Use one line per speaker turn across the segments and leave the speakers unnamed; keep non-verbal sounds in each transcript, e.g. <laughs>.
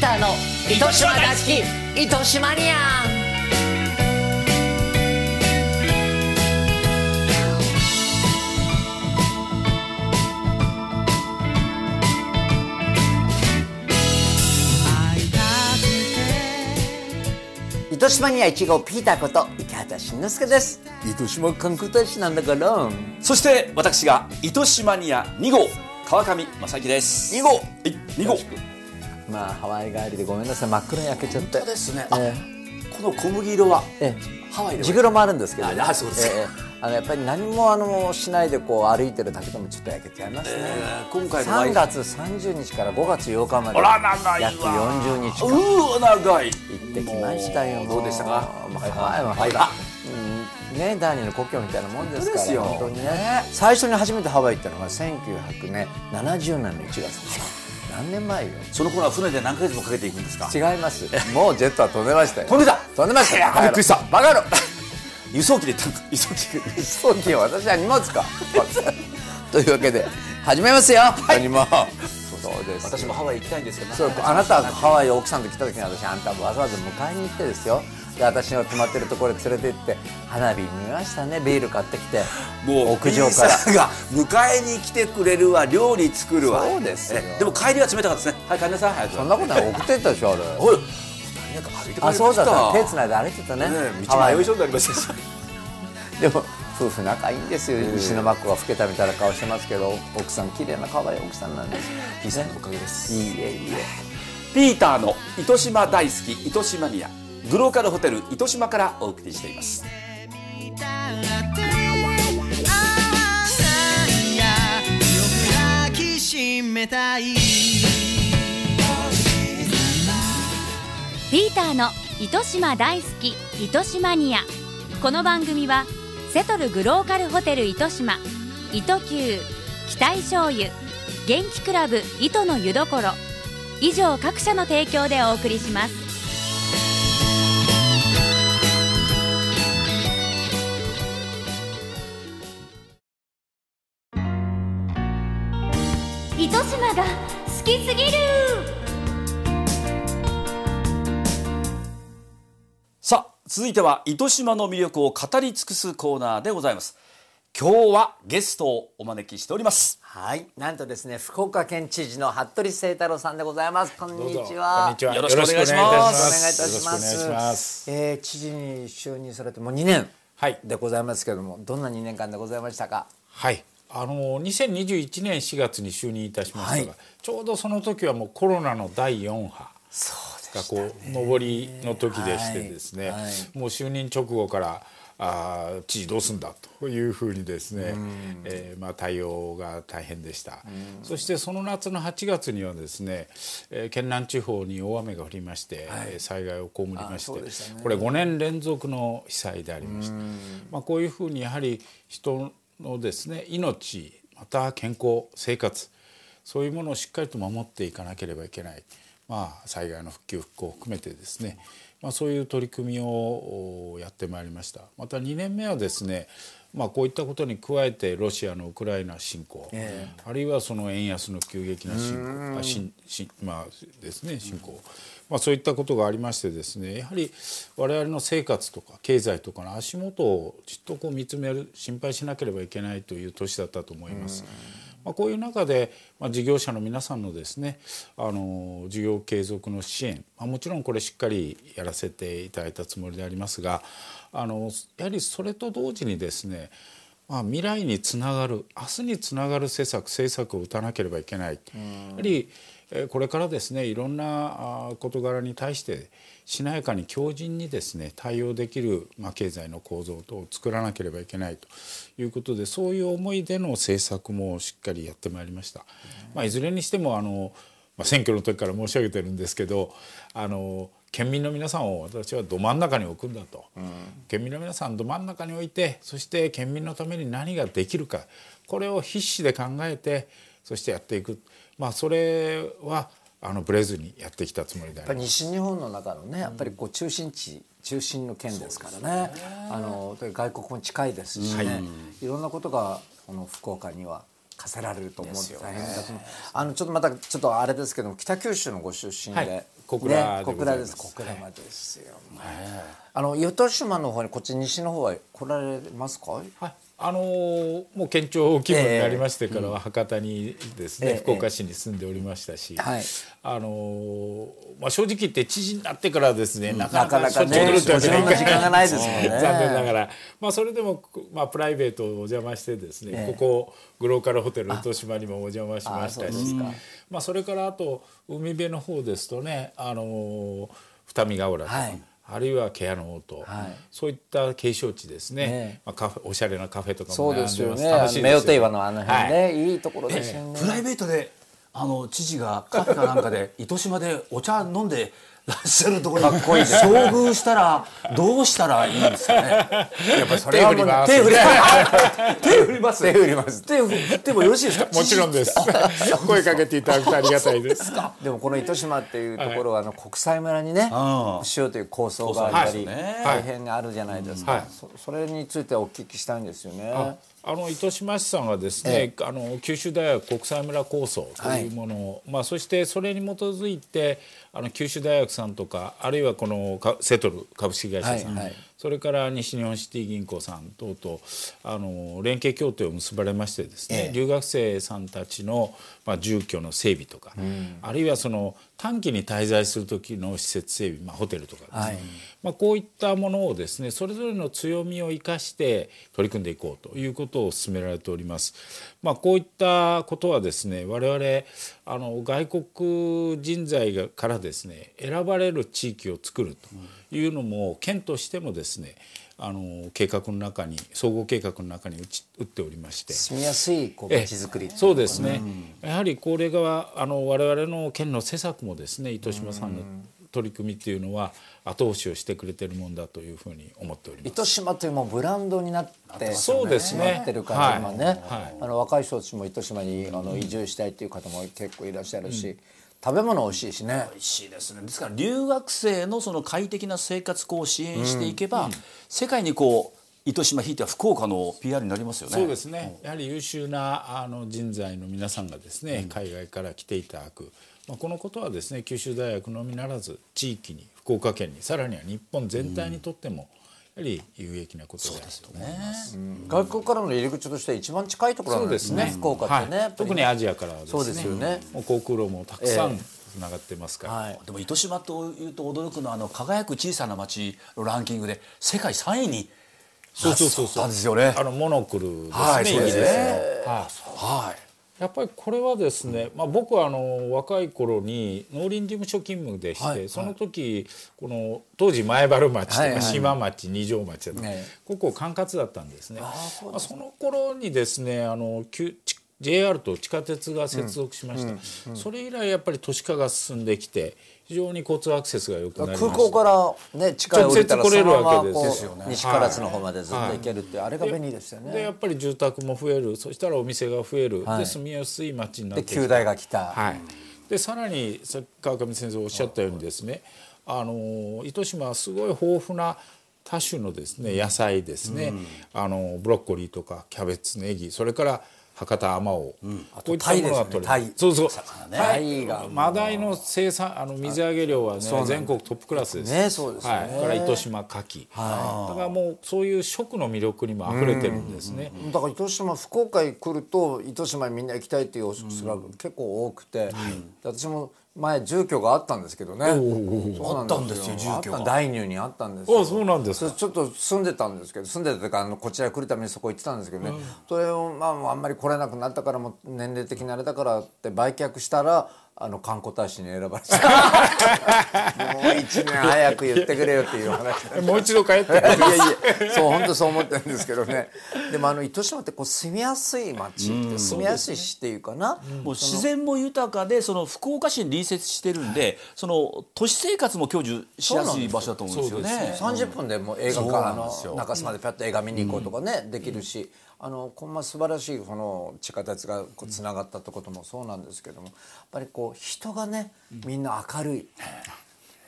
ターの糸島大好き糸島ニアン糸島には一号ピーターこと池畑慎之介です糸島観光大使なんだから
そして私が糸島ニア2号川上正樹です
以後
はい2号
まあハワイ帰りでごめんなさい真っ黒に焼けちゃって
そうですね、
え
あこの小麦色は
え
ハワイで
ジグロもあるんですけど、
ああそうですか
ええあのやっぱり何もあのしないでこう歩いてるだけでもちょっと焼けちゃいますね、
えー今回のワイ
3
ンあ
月30日から5月8日まで
あら長いわ
約40日間行
うわ長い
ってきましたよ
もうどうでしたか
もうハワ
ハ
イ
イ
は
だ
うんね第二の故郷みたいなもんですから
本当ですよ
本当にね最初に初めてハワイ行ったのが1970年の1月です何年前よ
その頃は船で何ヶ月もかけていくんですか
違いますもうジェットは飛んでましたよ
飛んでた
飛んでましたよ
いやびっくりした
バカ野郎
<laughs> 輸送機で行ったん <laughs> です輸送機で
飛行機は私は荷物
<laughs>
かというわけで始めますよ、本当にもうそうです
私もハワイ行きたいんですけど
そうあなたはハワイ奥さんと来た時に私あんたわざわざ迎えに行ってですよで私の泊まってるところへ連れて行って花火見ましたねビール買ってきて
もう
屋上から
ピーさんが迎えに来てくれるわ料理作るわ
そうですよ
えでも帰りは冷たかったですねはい帰りなさい早く
そんなことない送ってったでしょあれ
ほら何やか歩いてくれました
あそうだった手つないで歩いてたね
ね
ハ
道
ワイ
迷いそうになりましたし
でも夫婦仲いいんですよ石巻子が老けたみたいな顔してますけど奥さん綺麗な可愛い奥さんなんです
ピーさんのおかげです
いいえいいえ
ピーターの糸島大好き糸島ニアグローカルホテル糸島からお送りしています
ピーターの糸島大好き糸島ニアこの番組はセトルグローカルホテル糸島糸球期待醤油元気クラブ糸の湯どころ以上各社の提供でお送りします糸島が好きすぎる
さあ続いては糸島の魅力を語り尽くすコーナーでございます今日はゲストをお招きしております
はいなんとですね福岡県知事の服部清太郎さんでございますこんにちは
こんにちは。
よろしくお願いします
お願いいたしま
よろしくお願いします。
す。えー知事に就任されてもう2年
はい
でございますけれども、どんな2年間でございましたか。
はい。あの2021年4月に就任いたしましたが、
はい
ちょうどその時はもうコロナの第4波がこう上りの時でしてですね、
はいはい
もう就任直後からあー知事どうすんだというふうにですね、えーまあ、対応が大変でしたそしてその夏の8月にはですね、えー県南地方に大雨が降りまして、えー災害を被りまし
あーそ
て
うでしたね
これ5年連続の被災でありました。まあ、こういうふうにやはり人のですね命また健康生活そういうものをしっかりと守っていかなければいけない、まあ、災害の復旧復興を含めてですね、まあ、そういう取り組みをおやってまいりましたまた2年目はですね、まあ、こういったことに加えてロシアのウクライナ侵攻、あるいはその円安の急激な進行あ進進まあですね進行、まあそういったことがありましてですねやはり我々の生活とか経済とかの足元をじっとこう見つめる心配しなければいけないという年だったと思います。まあこういう中で、まあ、事業者の皆さんのですねあの事業継続の支援、まあ、もちろんこれしっかりやらせていただいたつもりでありますがあのやはりそれと同時にですねまあ、未来につながる明日につながる施策政策を打たなければいけないやはりえーこれからですねいろんなあー事柄に対してしなやかに強靭にですね対応できる、まあ、経済の構造等を作らなければいけないということでそういう思いでの政策もしっかりやってまいりました。まあ、いずれにしてもあのまあ、選挙の時から申し上げてるんですけどあの県民の皆さんを私はど真ん中に置くんだと、県民の皆さんど真ん中に置いてそして県民のために何ができるかこれを必死で考えてそしてやっていく、まあ、それはあのブレずにやってきたつもりであ
やっぱ
り
り
ます。
西日本の中のね、やっぱりこう中心地中心の県ですからね。あの外国も近いですしね、い、ろんなことがこの福岡には課せられると思う。大変だと思う。あのちょっとまたちょっとあれですけども、北九州のご出身で、
はい小倉
ね
で
小
ござ
倉
い
で
ますす
小倉までですよ、あの糸島の方にこっち西の方へ来られますか
はい、あのーもう県庁気分になりましてからは博多にですね、
ええ
福岡市に住んでおりましたし、
はい
あのーまあ、正直言って知事になってからはですね、な
な
かな
か
か
なか
しょっちゅう
ね
来るってわけ
自
にはい
分の時
かない
間がないですもんね
残念ながら、まあ、それでも、まあ、プライベートをお邪魔してですね、
ええ
ここグローカルホテル糸島にもお邪魔しまし
あそう
た
です
し
か
まあ、それからあと海辺の方ですとね、あのー二見ヶ浦とか、
はい
あるいはケアの音、
はい
そういった景勝地ですね、
ね
まあ、カフェおしゃれなカフェとか
そ
も
う
並んで
で
ますす
よね
楽しいですよ
夫婦岩のあの辺ね、、
はい
いところですよね、
プライベートであの知事がカフェかなんかで糸島でお茶飲んでらっしゃるところに遭遇したらどうしたらいいんですかねやっぱりそ
れはもう
手
手
振
振
り
り
ます手振ります
手振ります
手振ってもよろしいですか
もちろん
<laughs>
です声かけていただくとありがたいです
でもこの糸島っていうところはあの国際村にねしようという構想があったり
構想ありますよね
大変があるじゃないです
は
か
い
そそれについてお聞きしたいんですよね
あの糸島市さんはですね、あの九州大学国際村構想というものを、まあ、そしてそれに基づいてあの九州大学さんとかあるいはこのかセトル株式会社さん、
はいはい
それから西日本シティ銀行さん等々あの連携協定を結ばれましてですね、
ええ
留学生さんたちの、まあ、住居の整備とか、あるいはその短期に滞在する時の施設整備、まあ、ホテルとかですね、
はい
まあ、こういったものをですねそれぞれの強みを生かして取り組んでいこうということを進められております。まあ、こういったことはですね我々あの外国人材がからですね選ばれる地域を作るというのも県としてもですねあの計画の中に総合計画の中に打ち打っておりまして
住みやすいこう
ええ
街づくりってい
そうですね、やはりこれがあの我々の県の施策もですね糸島さんの取り組みっていうのは後押しをしてくれてるもんだというふうに思っております。
糸島というもうブランドになって
そうですね
なってるから
はい
今ね、
はい
あの若い人たちも糸島にあの移住したいっていう方も結構いらっしゃるし、食べ物美味しいしね
美味しいですねですから留学生のその快適な生活を支援していけば、世界にこう糸島ひいては福岡の PR になりますよね
そうですね、やはり優秀なあの人材の皆さんがですね、海外から来ていただく、まあ、このことはですね九州大学のみならず地域に福岡県にさらには日本全体にとっても、やはり有益なことであると思います。
外国からの入り口としては一番近いところな
そ
ん
う
で
ですす
ね
ね。
福岡ってね、
は
やっぱ
い
り
特にアジアからはですね。
そうですよね
もう航空路もたくさ
ええ
んつながってますから。
はい
でも糸島というと驚くのはあの輝く小さな町のランキングで世界3位に
そうそうそう
なっ
そう。
たんですよね。
あのモノクルですね。
はいそうですね
イギリスのはい
はい。
やっぱりこれはですね、まあ、僕はあの若い頃に農林事務所勤務でして、
はい
その時この当時前原町
はい
と
はい
か島町、二条町だとか、
ね
ここ管轄だったんですね。そまあ、その頃にですねあの旧ち JR と地下鉄が接続しました、それ以来やっぱり都市化が進んできて非常に交通アクセスが良くなりました
空港からね近い降りたら
直接来れる
そのまま
わけです
こう
ですよね
西唐津の方までずっと行けるって、あれが便利でしたよ
でや
ね。
っぱり住宅も増えるそしたらお店が増える、
はい
で住みやすい町になっ
で
てきた
九大が来た、
はい、でさらにさっき川上先生おっしゃったようにですね、あのー糸島はすごい豊富な多種のですね野菜ですね、あのーブロッコリーとかキャベツネギそれから博多あまおう、こういったものが取れ
タイ
る、
です
そうそう
魚ね
タイが
マダイの生産あの水揚げ量はね全国トップクラスです
ねそうですよね
はい、だから糸島牡蠣、だからもうそういう食の魅力にも溢れてるんですね、
だから糸島福岡へ来ると糸島にみんな行きたいっていうお人が結構多くて、私も前住居があったんですけどねそうなん
あったんですよ住居が
あった大乳にあったんですよ
あそうなんですか
それちょっと住んでたんですけど住んでたというかあのこちらへ来るためにそこ行ってたんですけどね、それをまああんまり来れなくなったからもう年齢的にあれだからって売却したらあの観光大使に選ばれたもう1年早く言ってくれよっていう話だった
もう一度帰って
いやい
<laughs>
やそう本当そう思ってるんですけどねでもあの糸島ってこう住みやすい町って住みやすい市っていうかな、
もう自然も豊かでその福岡市に隣接してるんで、その都市生活も享受しやすい場所だと思うんですよね。
30分でもう映画
そう
館
なんで
の
すよ
中洲までぴゃっと映画見に行こうとかね、できるしあのこんな素晴らしいこの地下鉄がこうつながったってこともそうなんですけどもやっぱりこう人がねみんな明るい。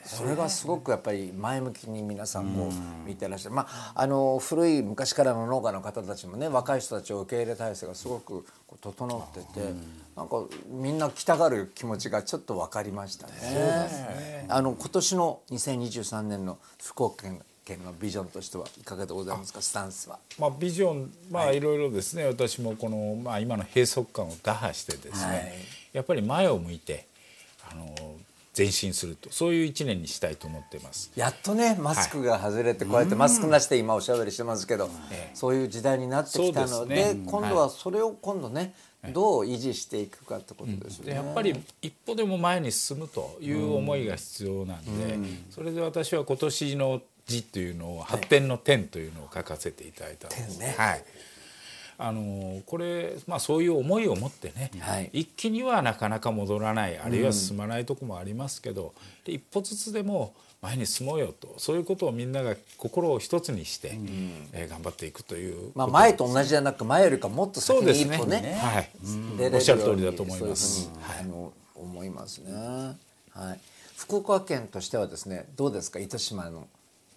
それがすごくやっぱり前向きに皆さんこう見てらっしゃる、まあ、あの古い昔からの農家の方たちもね若い人たちを受け入れ体制がすごくこう整ってて、なんかみんな来たがる気持ちがちょっと分かりましたね。あの今年の2023年の福岡県県のビジョンとしてはいかがでございますかスタンスは。
まあ、ビジョンまあいろいろですね、私もこの、まあ、今の閉塞感を打破してですね、
はい
やっぱり前を向いてあの前進するとそういう一年にしたいと思ってます。
やっとねマスクが外れてこうやってマスクなしで今おしゃべりしてますけど、そういう時代になってきた
そ
の
う
で
ですね
今度はそれを今度ね、どう維持していくかってことですよ
で
ね。
やっぱり一歩でも前に進むという思いが必要なんで、それで私は今年の字というのを発展の点というのを書かせていただいたんです。
点ね
はい。あのこれまあそういう思いを持ってね、
はい
一気にはなかなか戻らないあるいは進まないとこもありますけど、で一歩ずつでも前に進もうよとそういうことをみんなが心を一つにして、えー頑張っていくという
まあ、
こと
前と同じじゃなく前よりかもっと先
そうで
に一
すね
歩ね
はい、
出れるように
おっしゃる通りだと思います。
そういうふうにあの思いますね。はい。福岡県としてはですね、どうですか糸島の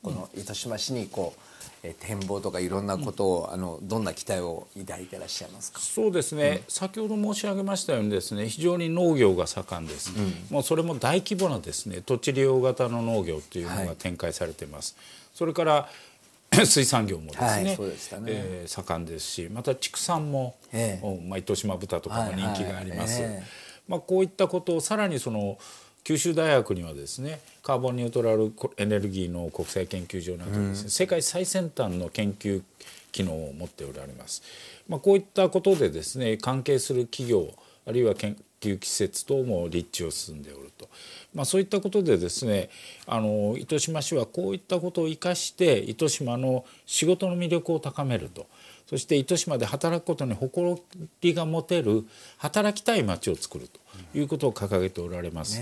この糸島市にこう、えー展望とかいろんなことを、あのどんな期待を抱いてらっしゃいますか。
そうですね、先ほど申し上げましたようにですね非常に農業が盛んです、もうそれも大規模なですね土地利用型の農業というの
は
が
い
展開されています、それから <coughs> 水産業もですね,、
はいそうでしたね
えー盛んですしまた畜産も、
ええ
おまあ、糸島豚とかも人気があります、
はいはいええ
まあ、こういったことをさらにその九州大学にはですねカーボンニュートラルエネルギーの国際研究所などですね、世界最先端の研究機能を持っておられます。まあ、こういったことでですね関係する企業あるいは研究施設等も立地を進んでおると、まあ、そういったことでですねあの糸島市はこういったことを生かして糸島の仕事の魅力を高めるとそして糸島で働くことに誇りが持てる働きたい町を作るということを掲げておられます。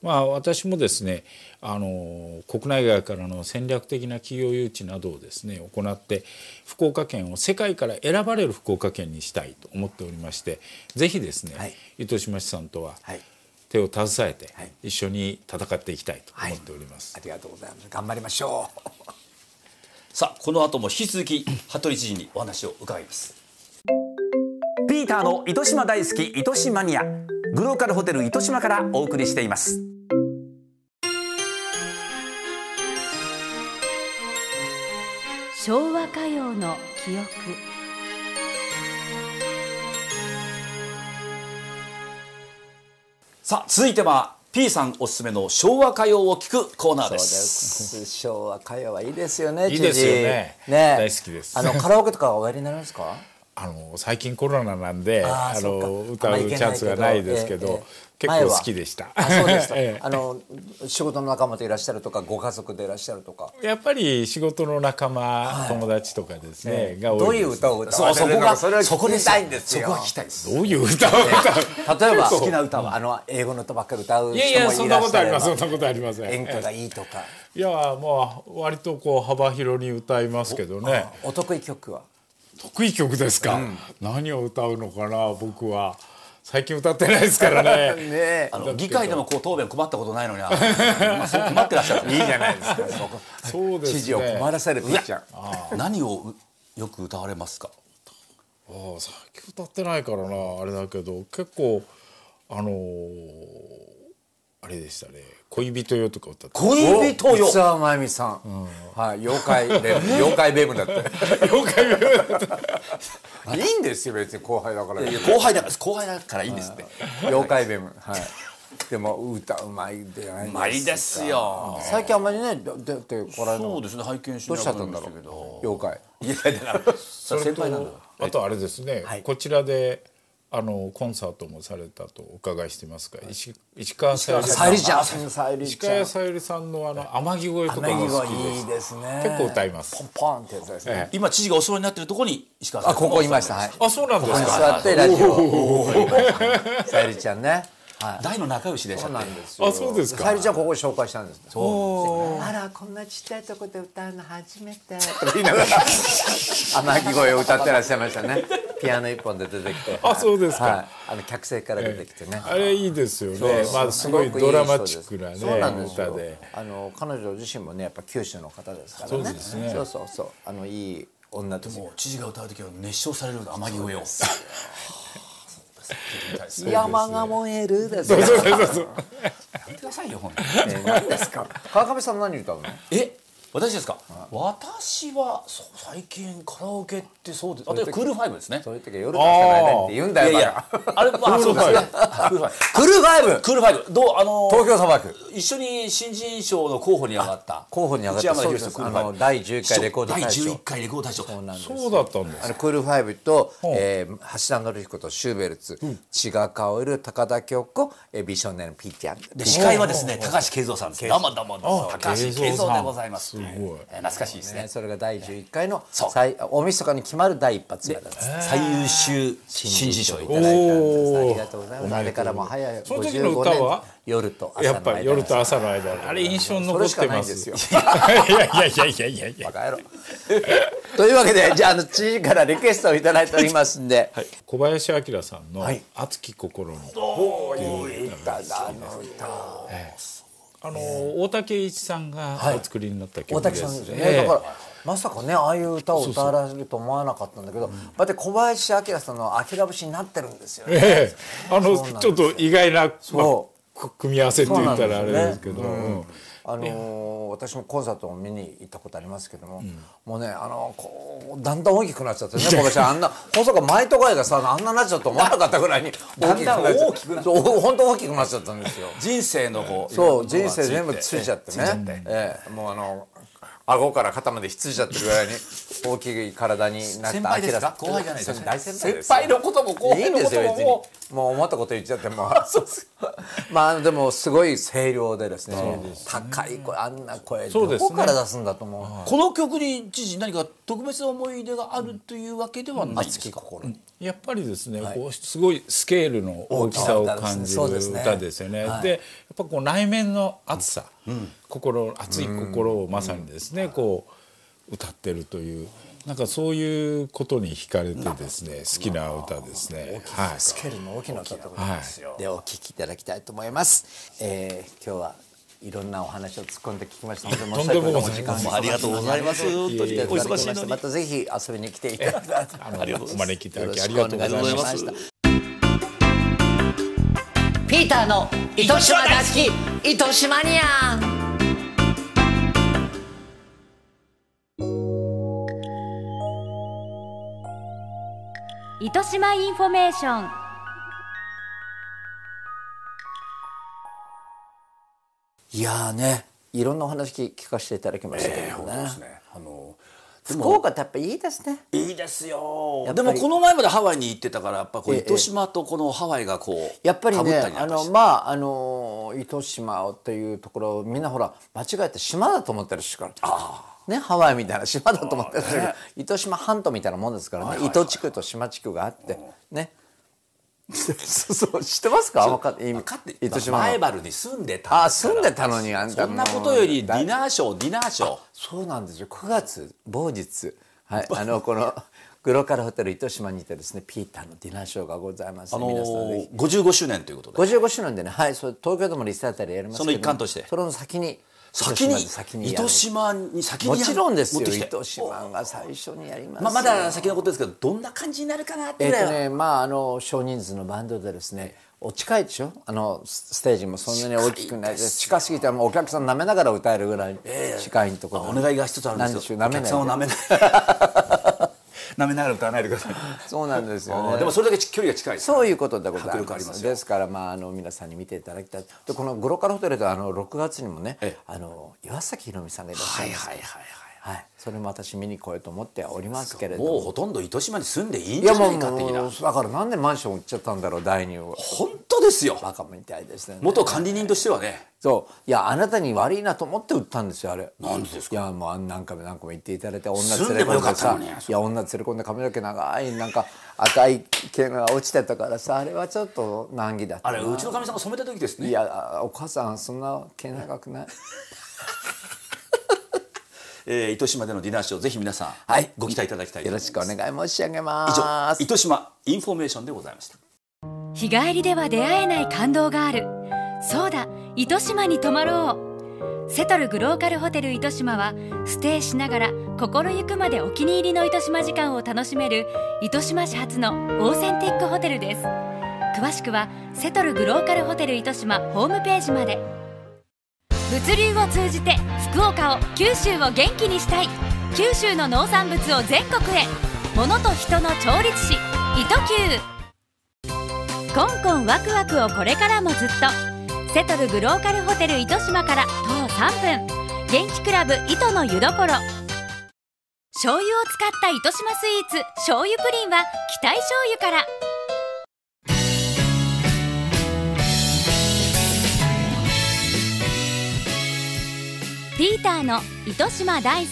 まあ私もですねあの国内外からの戦略的な企業誘致などをですね行って福岡県を世界から選ばれる福岡県にしたいと思っておりましてぜひですね、
はい
糸島市さんとは
はい
手を携えて
はい
一緒に戦っていきたいと思っております。
ありがとうございます。頑張りましょう。
さあこの後も引き続き服部知事にお話を伺います
ピーターの糸島大好き糸島ニアグローカルホテル糸島からお送りしています
昭和歌謡の記憶
さあ続いては P さんおすすめの昭和歌謡を聞くコーナ
そ
ー
う
で
ですす。昭和歌謡はいいですよね。
いいですよね
知事ね
大好きです
あのカラオケとかおやりになりますか。
あの最近コロナなんで
あー
あの
そっか
歌
あんまり
うチ
行け
ャンスがないですけ
ええ
ど
ええ
結構好きでした。
前はあそうでした、
<laughs> ええ
あの仕事の仲間といらっしゃるとかご家族でいらっしゃるとか
やっぱり仕事の仲間、友達とかですね、が
ど
多
う
い
いう
です
歌を歌
そ
わ
う
れ
そ
る
こ
のか
が
それを
そこ
聞
で
き
す
たいんですよ
そこは聞きたいです
どういう歌を歌う
例えば
好きな歌は
あの英語の歌ばっかり歌う
い
人
や
も
い
いら
や
っし
そ
ゃ
ん
れ
な
ば
ことありませんそんなことありません
演歌がいいとか
いやまあ割とこう幅広に歌いますけどね
お得意曲は
得意曲ですか、何を歌うのかな僕は最近歌ってないですからね
<laughs> ねえ
あの議会でもこう答弁困ったことないのになまあそう困ってらっしゃる
いいじゃないですかそこ
そうですね
知事を困らせるピッチャー
何をよく歌われますか
ああ最近歌ってないからなあれだけど結構あのーあれでしたね恋人よとか歌って
恋人よ
実はまゆみさん、はい、妖怪で妖怪ベーブだって
妖怪よ
いいんですよ別に後輩だから
いや後輩だから後輩だからいいんですって
妖怪ベムはいでも歌うまいじゃないですか
うまいですよ
最近あんまりね出てこられな
そ
いう
ですね拝見し
どうしちゃ
な
っ
く
ただ
なんり
ろ
ましたけ
う
ど
妖怪
いやだからそれ先輩なんだ
あとあれですね、
はい
こちらであのコンサートもされたとお伺いしてますが、石石川さゆり
さ
さ
ゆ
ん
りちゃんさゆり
石
ちゃ
川
ん
さゆりさんのあの天城越えとか
天
も
城
好きで
いい
す
ですね
結構歌います
ポンポンってやつですね
え
今知事がお世話になってるところに石川さん
あここいましたはい
あそうなんですか
座ってラジオさゆりちゃんねはい
大の仲良しでし
そ
た
う
ね
なんですよ
あそうですか
さゆりちゃんここで紹介したんですあらこんなちっちゃいとこで歌うの初めてとか言いながら天城越えを歌ってらっしゃいましたねピアノ一本で出てきて
あそうですか
はい、あの客席から出てきてね、
あれいいですよね
そうそう
まあ、すごい
ごく
ド
人
ラ
です
マチックなね
そうなんです
歌
よ <laughs>
で。
あの彼女自身もねやっぱ九州の方ですからね
そうですね
そうそうそうあのいい女ですよ
もう知事が歌う時は熱唱される天城越えを
山が燃えるですよ
<laughs>
見てくださいよほんと
えー何ですか川上さん何歌うの
え私ですか私はそう最近カラオケってそうですあとクールファイブですね
そういう時は夜としてないねって言うんだよ
いやいやあれまあそうですねクールファイ
クルーファイブ
ブクールファイブどうあの
東京砂漠
一緒に新人賞の候補に上がった
候補に上がった
内山
そう
裕
で
二
す
とクー
あ
ルファイ
の
ブ
第11回レコード
第
大賞
11回レコード大賞そうなん
そうだったんです
あのクールファイブと、えー、橋田紀彦とシューベルツ、千賀薫高田京子えー美少年のピーちゃん
で司会はですね高橋慶三さんですどうもどうもどうも高橋慶三でございます
すごい
えー懐かしいですね
ね、それが第11回の
そう
最大晦日に決まる第一発目だった
最優秀新人賞をいた
い
だ
た
い
だ
て
いたんです
おー
ありがとうございますあれからもう早い
その時の歌は
夜と朝の間
やっぱり夜と朝の間あれ印象に残ってます
それし
いやいやいやいやいやいや
バカ野郎 <laughs> というわけでじゃああの知事からリクエストをいただいておりますんで、
小林明さんの
はい
「熱き心の」
だあの歌
あの大竹一さんがお作りになった
大
曲で
竹さんです
す
よね、
ええ
だからまさかねああいう歌を歌われると思わなかったんだけどだって小林明さんの「明節」になってるんですよね、
ええ
そう
あ
なんですよ
のちょっと意外なまあ
そ
く組み合わせって言ったらあれですけどうん
あのー私もコンサートを見に行ったことありますけども、もうねあのこうだんだん大きくなっちゃってね小林さんあんなまさか毎都会がさあんなになっちゃうと思わなかったぐらい
<laughs>
に大きくなっちゃってそう本当大きくなっちゃったんですよ
人生のこう
そう
いろん
人
な
生全
ものが
部
ついて
ついちゃってね、ええ、もうあの顎から肩までひっついちゃってるぐらいに大きい体になった
先輩ですか
明
後輩じゃないですか
先大先輩です
先輩のことも後
いい
輩
ん
の
で
こ
すよ
と
別
も
に
も
もう思ったこと言っちゃってもうまああのでもすごい声量でですね高い声あんな声
そ
ど
うですね
こから出すんだと思う
うこの曲に知事何か特別な思い出があるというわけではないんで
熱
す
き
か
心に
やっぱりですね、こうすごいスケールの大きさを感じる
大きさ
歌ですよね。でやっぱこう内面の熱さ、心熱い心をまさにですね、こう歌ってるというなんかそういうことに惹かれてですね、好きな歌ですね。はい。
スケールの大きな歌ってことですよ、でお聞きいただきたいと思います、えー、今日はいろんなお話を突っ込んで聞きました本当に申し訳ないお時間
どうもありがとうございます
本当に
いえいえ
お忙しい
お忙しいのに
またぜひ遊びに来ていただきたいと思います
ありがとうございます
お招きいただきあり
よ
が
ろし
と
くお
うござ
願
い
い
ま
し
す。
ました
ピーターの糸島大好き糸島ニアン
糸島インフォメーション
いやーねいろんなお話聞聞かせていただきましたけどね,、
あの
福岡ってやっぱいいですね
いいですよ
やっぱ
で
り
もこの前までハワイに行ってたからやっぱこう
ええ
糸島とこのハワイがこう
やっぱり
被
ね
たな
あ
んかして
のまああの糸島というところをみんなほら間違えて島だと思ってるしからね、ハワイみたいな島だと思ってるけど、糸島半島みたいなもんですからね、糸地区と島地区があって、ねそうそう知ってますかわか今
かって
糸島の
前原に住んでたんだから
あ住んでたのにあんた
そんなことよりディナーショーディナーショー
そうなんですよ。9月某日、はい、あのこのグローカルホテル糸島にてですね、ピーターのディナーショーがございます。
あの
皆さんぜ
ー
ひ。
55周年ということで
55周年でね、はい、そう東京でもリスタータリーやりますけども
その一環として
それの先に
先に
先にやる
糸島に先に
もちろんです
持
よ
ってきて
糸島が最初にやります
まあ、まだ先のことですけどどんな感じになるかなって
えっ、
ぐらい
と
は、
ねまああの少人数のバンドでですねお近いでしょあのスステージもそんなに大きくないで近すぎてもうお客さん舐めながら歌えるぐらい近いとこ
あ
ろ、
お願いが一つあるんですよ
何
お
でしょう舐めない
客
で
さんを舐めない
<laughs>
舐めながら歌わないでください
そうなんです
あ
よ
ー
ね
でもそれだけ距離が近いです
そういうことでございます
迫力ありますよ
ですから、まあ、あの皆さんに見ていただきたいでこのグロカルホテルではあの6月にもね、
ええ
あの岩崎宏美さんがいらっしゃ
はいい
ます、
はいはいはい
はい、それも私見に来ようと思っておりますけれど
もう
も
ほとんど糸島に住んでいいん
い
じ
や
ゃな
もう
いか的
も
な
うだからなんでマンション売っちゃったんだろう第二を
本当ですよ
バカみたいですね
元管理人としてはね
そういやあなたに悪いなと思って売ったんですよあれ
なんでです
いやもうあん何回も何回も言っていただいて女
住
連
んで
れ
もよ
込ん
かっ
で
た
さ
のに
いや女連れ込んで髪の毛長いなんか赤い毛が落ちてたからさあれはちょっと難儀だった
あ
な
れうちのかみさんが染めた時です
い <laughs>
ね
やお母さんそんな毛長くない
えー、糸島でのディナーショーぜひ皆さん、
はい
ご期待いただきたいと思い
よろ
ます
しくお願い申し上げ
以
ま
上
す
糸島インフォメーションでございました
日帰りでは出会えない感動があるそうだ糸島に泊まろうセトルグローカルホテル糸島はステイしながら心ゆくまでお気に入りの糸島時間を楽しめる糸島市発のオーセンティックホテルです詳しくはセトルグローカルホテル糸島ホームページまで物流を通じて福岡を九州を元気にしたい九州の農産物を全国へ物と人の調律師糸球コンコンワクワクをこれからもずっとセトルグローカルホテル糸島から徒歩3分元気クラブ糸の湯どころ醤油を使った糸島スイーツ醤油プリンは期待醤油からピーターの糸島大好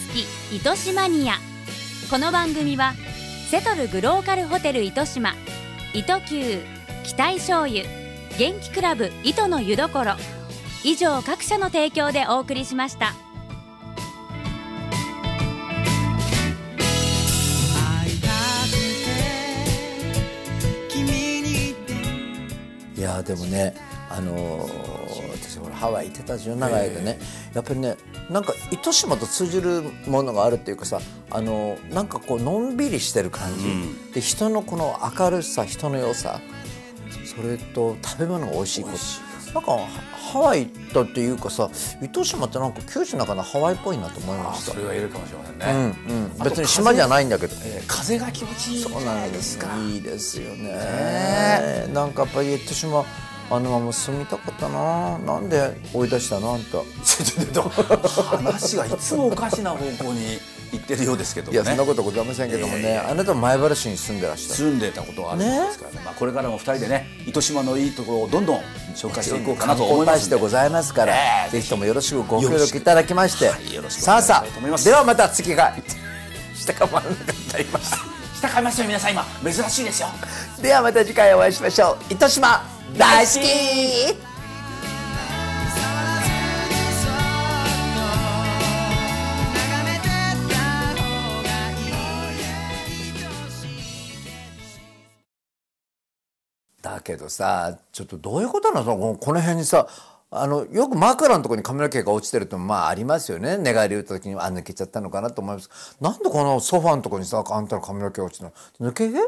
き糸島ニアこの番組はセトルグローカルホテル糸島糸球期待醤油元気クラブ糸の湯どころ以上各社の提供でお送りしました。
いやーでもねあのー私ほらハワイ行ってたじゃん長い間ね、やっぱりねなんか糸島と通じるものがあるっていうかさあのーなんかこうのんびりしてる感じ、で人のこの明るさ人の良さそれと食べ物が美味しいことなんかハワイだっていうかさ糸島ってなんか九州の中のハワイっぽいなと思いました
それは言えるかもしれませんね、
うんうん、別に島じゃないんだけど
風が気持ちいいじゃ
そう
な
ないん
で
ですす
か
か。いいですよね。なんかやっぱり糸島あのまま住みたかったな。なんで追い出したのあんた。
<laughs> ちょちょちょ話がいつもおかしな方向に行ってるようですけども
いやそ
ね
んなことございませんけども
いやい
ね。あなたも前原市に住んでらした。
住んでたことはあるんですからねまあ、これからも二人でね糸島のいいところをどんどん紹介していこうかなと思
お
いま
大使
すん
で
で
ございますから、
ええ
ぜひともよろしくご協
よろしく
力いただきまして、
はいよろしくお
さ
願
あ
いした
さ
いと思います
あではまた次回下かまらなかった今
<laughs> 下買いますよ皆さん今珍しい <laughs> ですよ <laughs>
ではまた次回お会いしましょう糸島大好きだけどさちょっとどういうことなのこのこの辺にさあのよく枕のところに髪の毛が落ちてるってまあありますよね寝返り打った時にあ抜けちゃったのかなと思いますなんでこのソファのところにさあんたの髪の毛落ちてるの抜け毛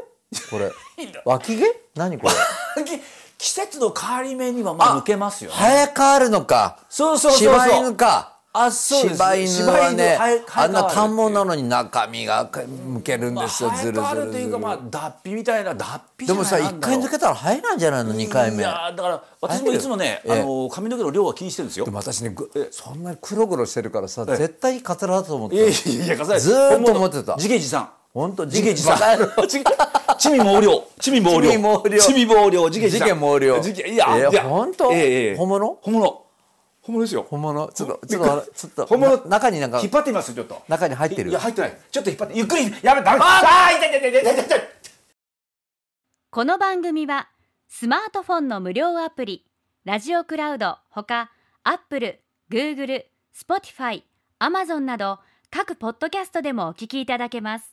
こ
<laughs>
れ脇毛何これ
季節の変わり目にはまあ抜けますよね
生え変わるのか
そうそうそうそう
柴犬か
あそうです
柴犬はね
柴犬生え
あんな
生え変わるっていう
単毛なのに中身がむけるん
まあ
ですよ、
生
ず
え
る
変わ
ず
る
る
と
ず
い
る
うかまあ脱皮みたいな脱皮じ
で
ゃな
も
い
さ
な
一
んだろ
回
う
抜けたら生えないんじゃないの二回目
いやーだから私もいつもね、
ええ
あの髪の毛の量は気にしてるんですよ
でも私ねぐそんなに黒々してるからさ絶対カツラだと思っ
いやい
て
やいや笠井
ずーっと思ってた
ジゲジさん
本当
ジゲジさん
バカ野
<laughs>
郎
ちみ毛量ちみ毛量
地味毛量
ちみ毛量ジゲジ
事
さん
件毛量
ジゲいや
え
いや
本当
ええええ
本物
本物本物ですよ
本物ちょっとちょっとあのちょっと
本物
な中になんか
引っ張ってみますよちょっと
中に入ってる
いや入ってないちょっと引っ張ってゆっくりやめダメああ痛い痛い痛い痛い痛い痛い
この番組はスマートフォンの無料アプリ「ラジオクラウド」ほか Apple、Google、Spotify、Amazon など各ポッドキャストでもお聞きいただけます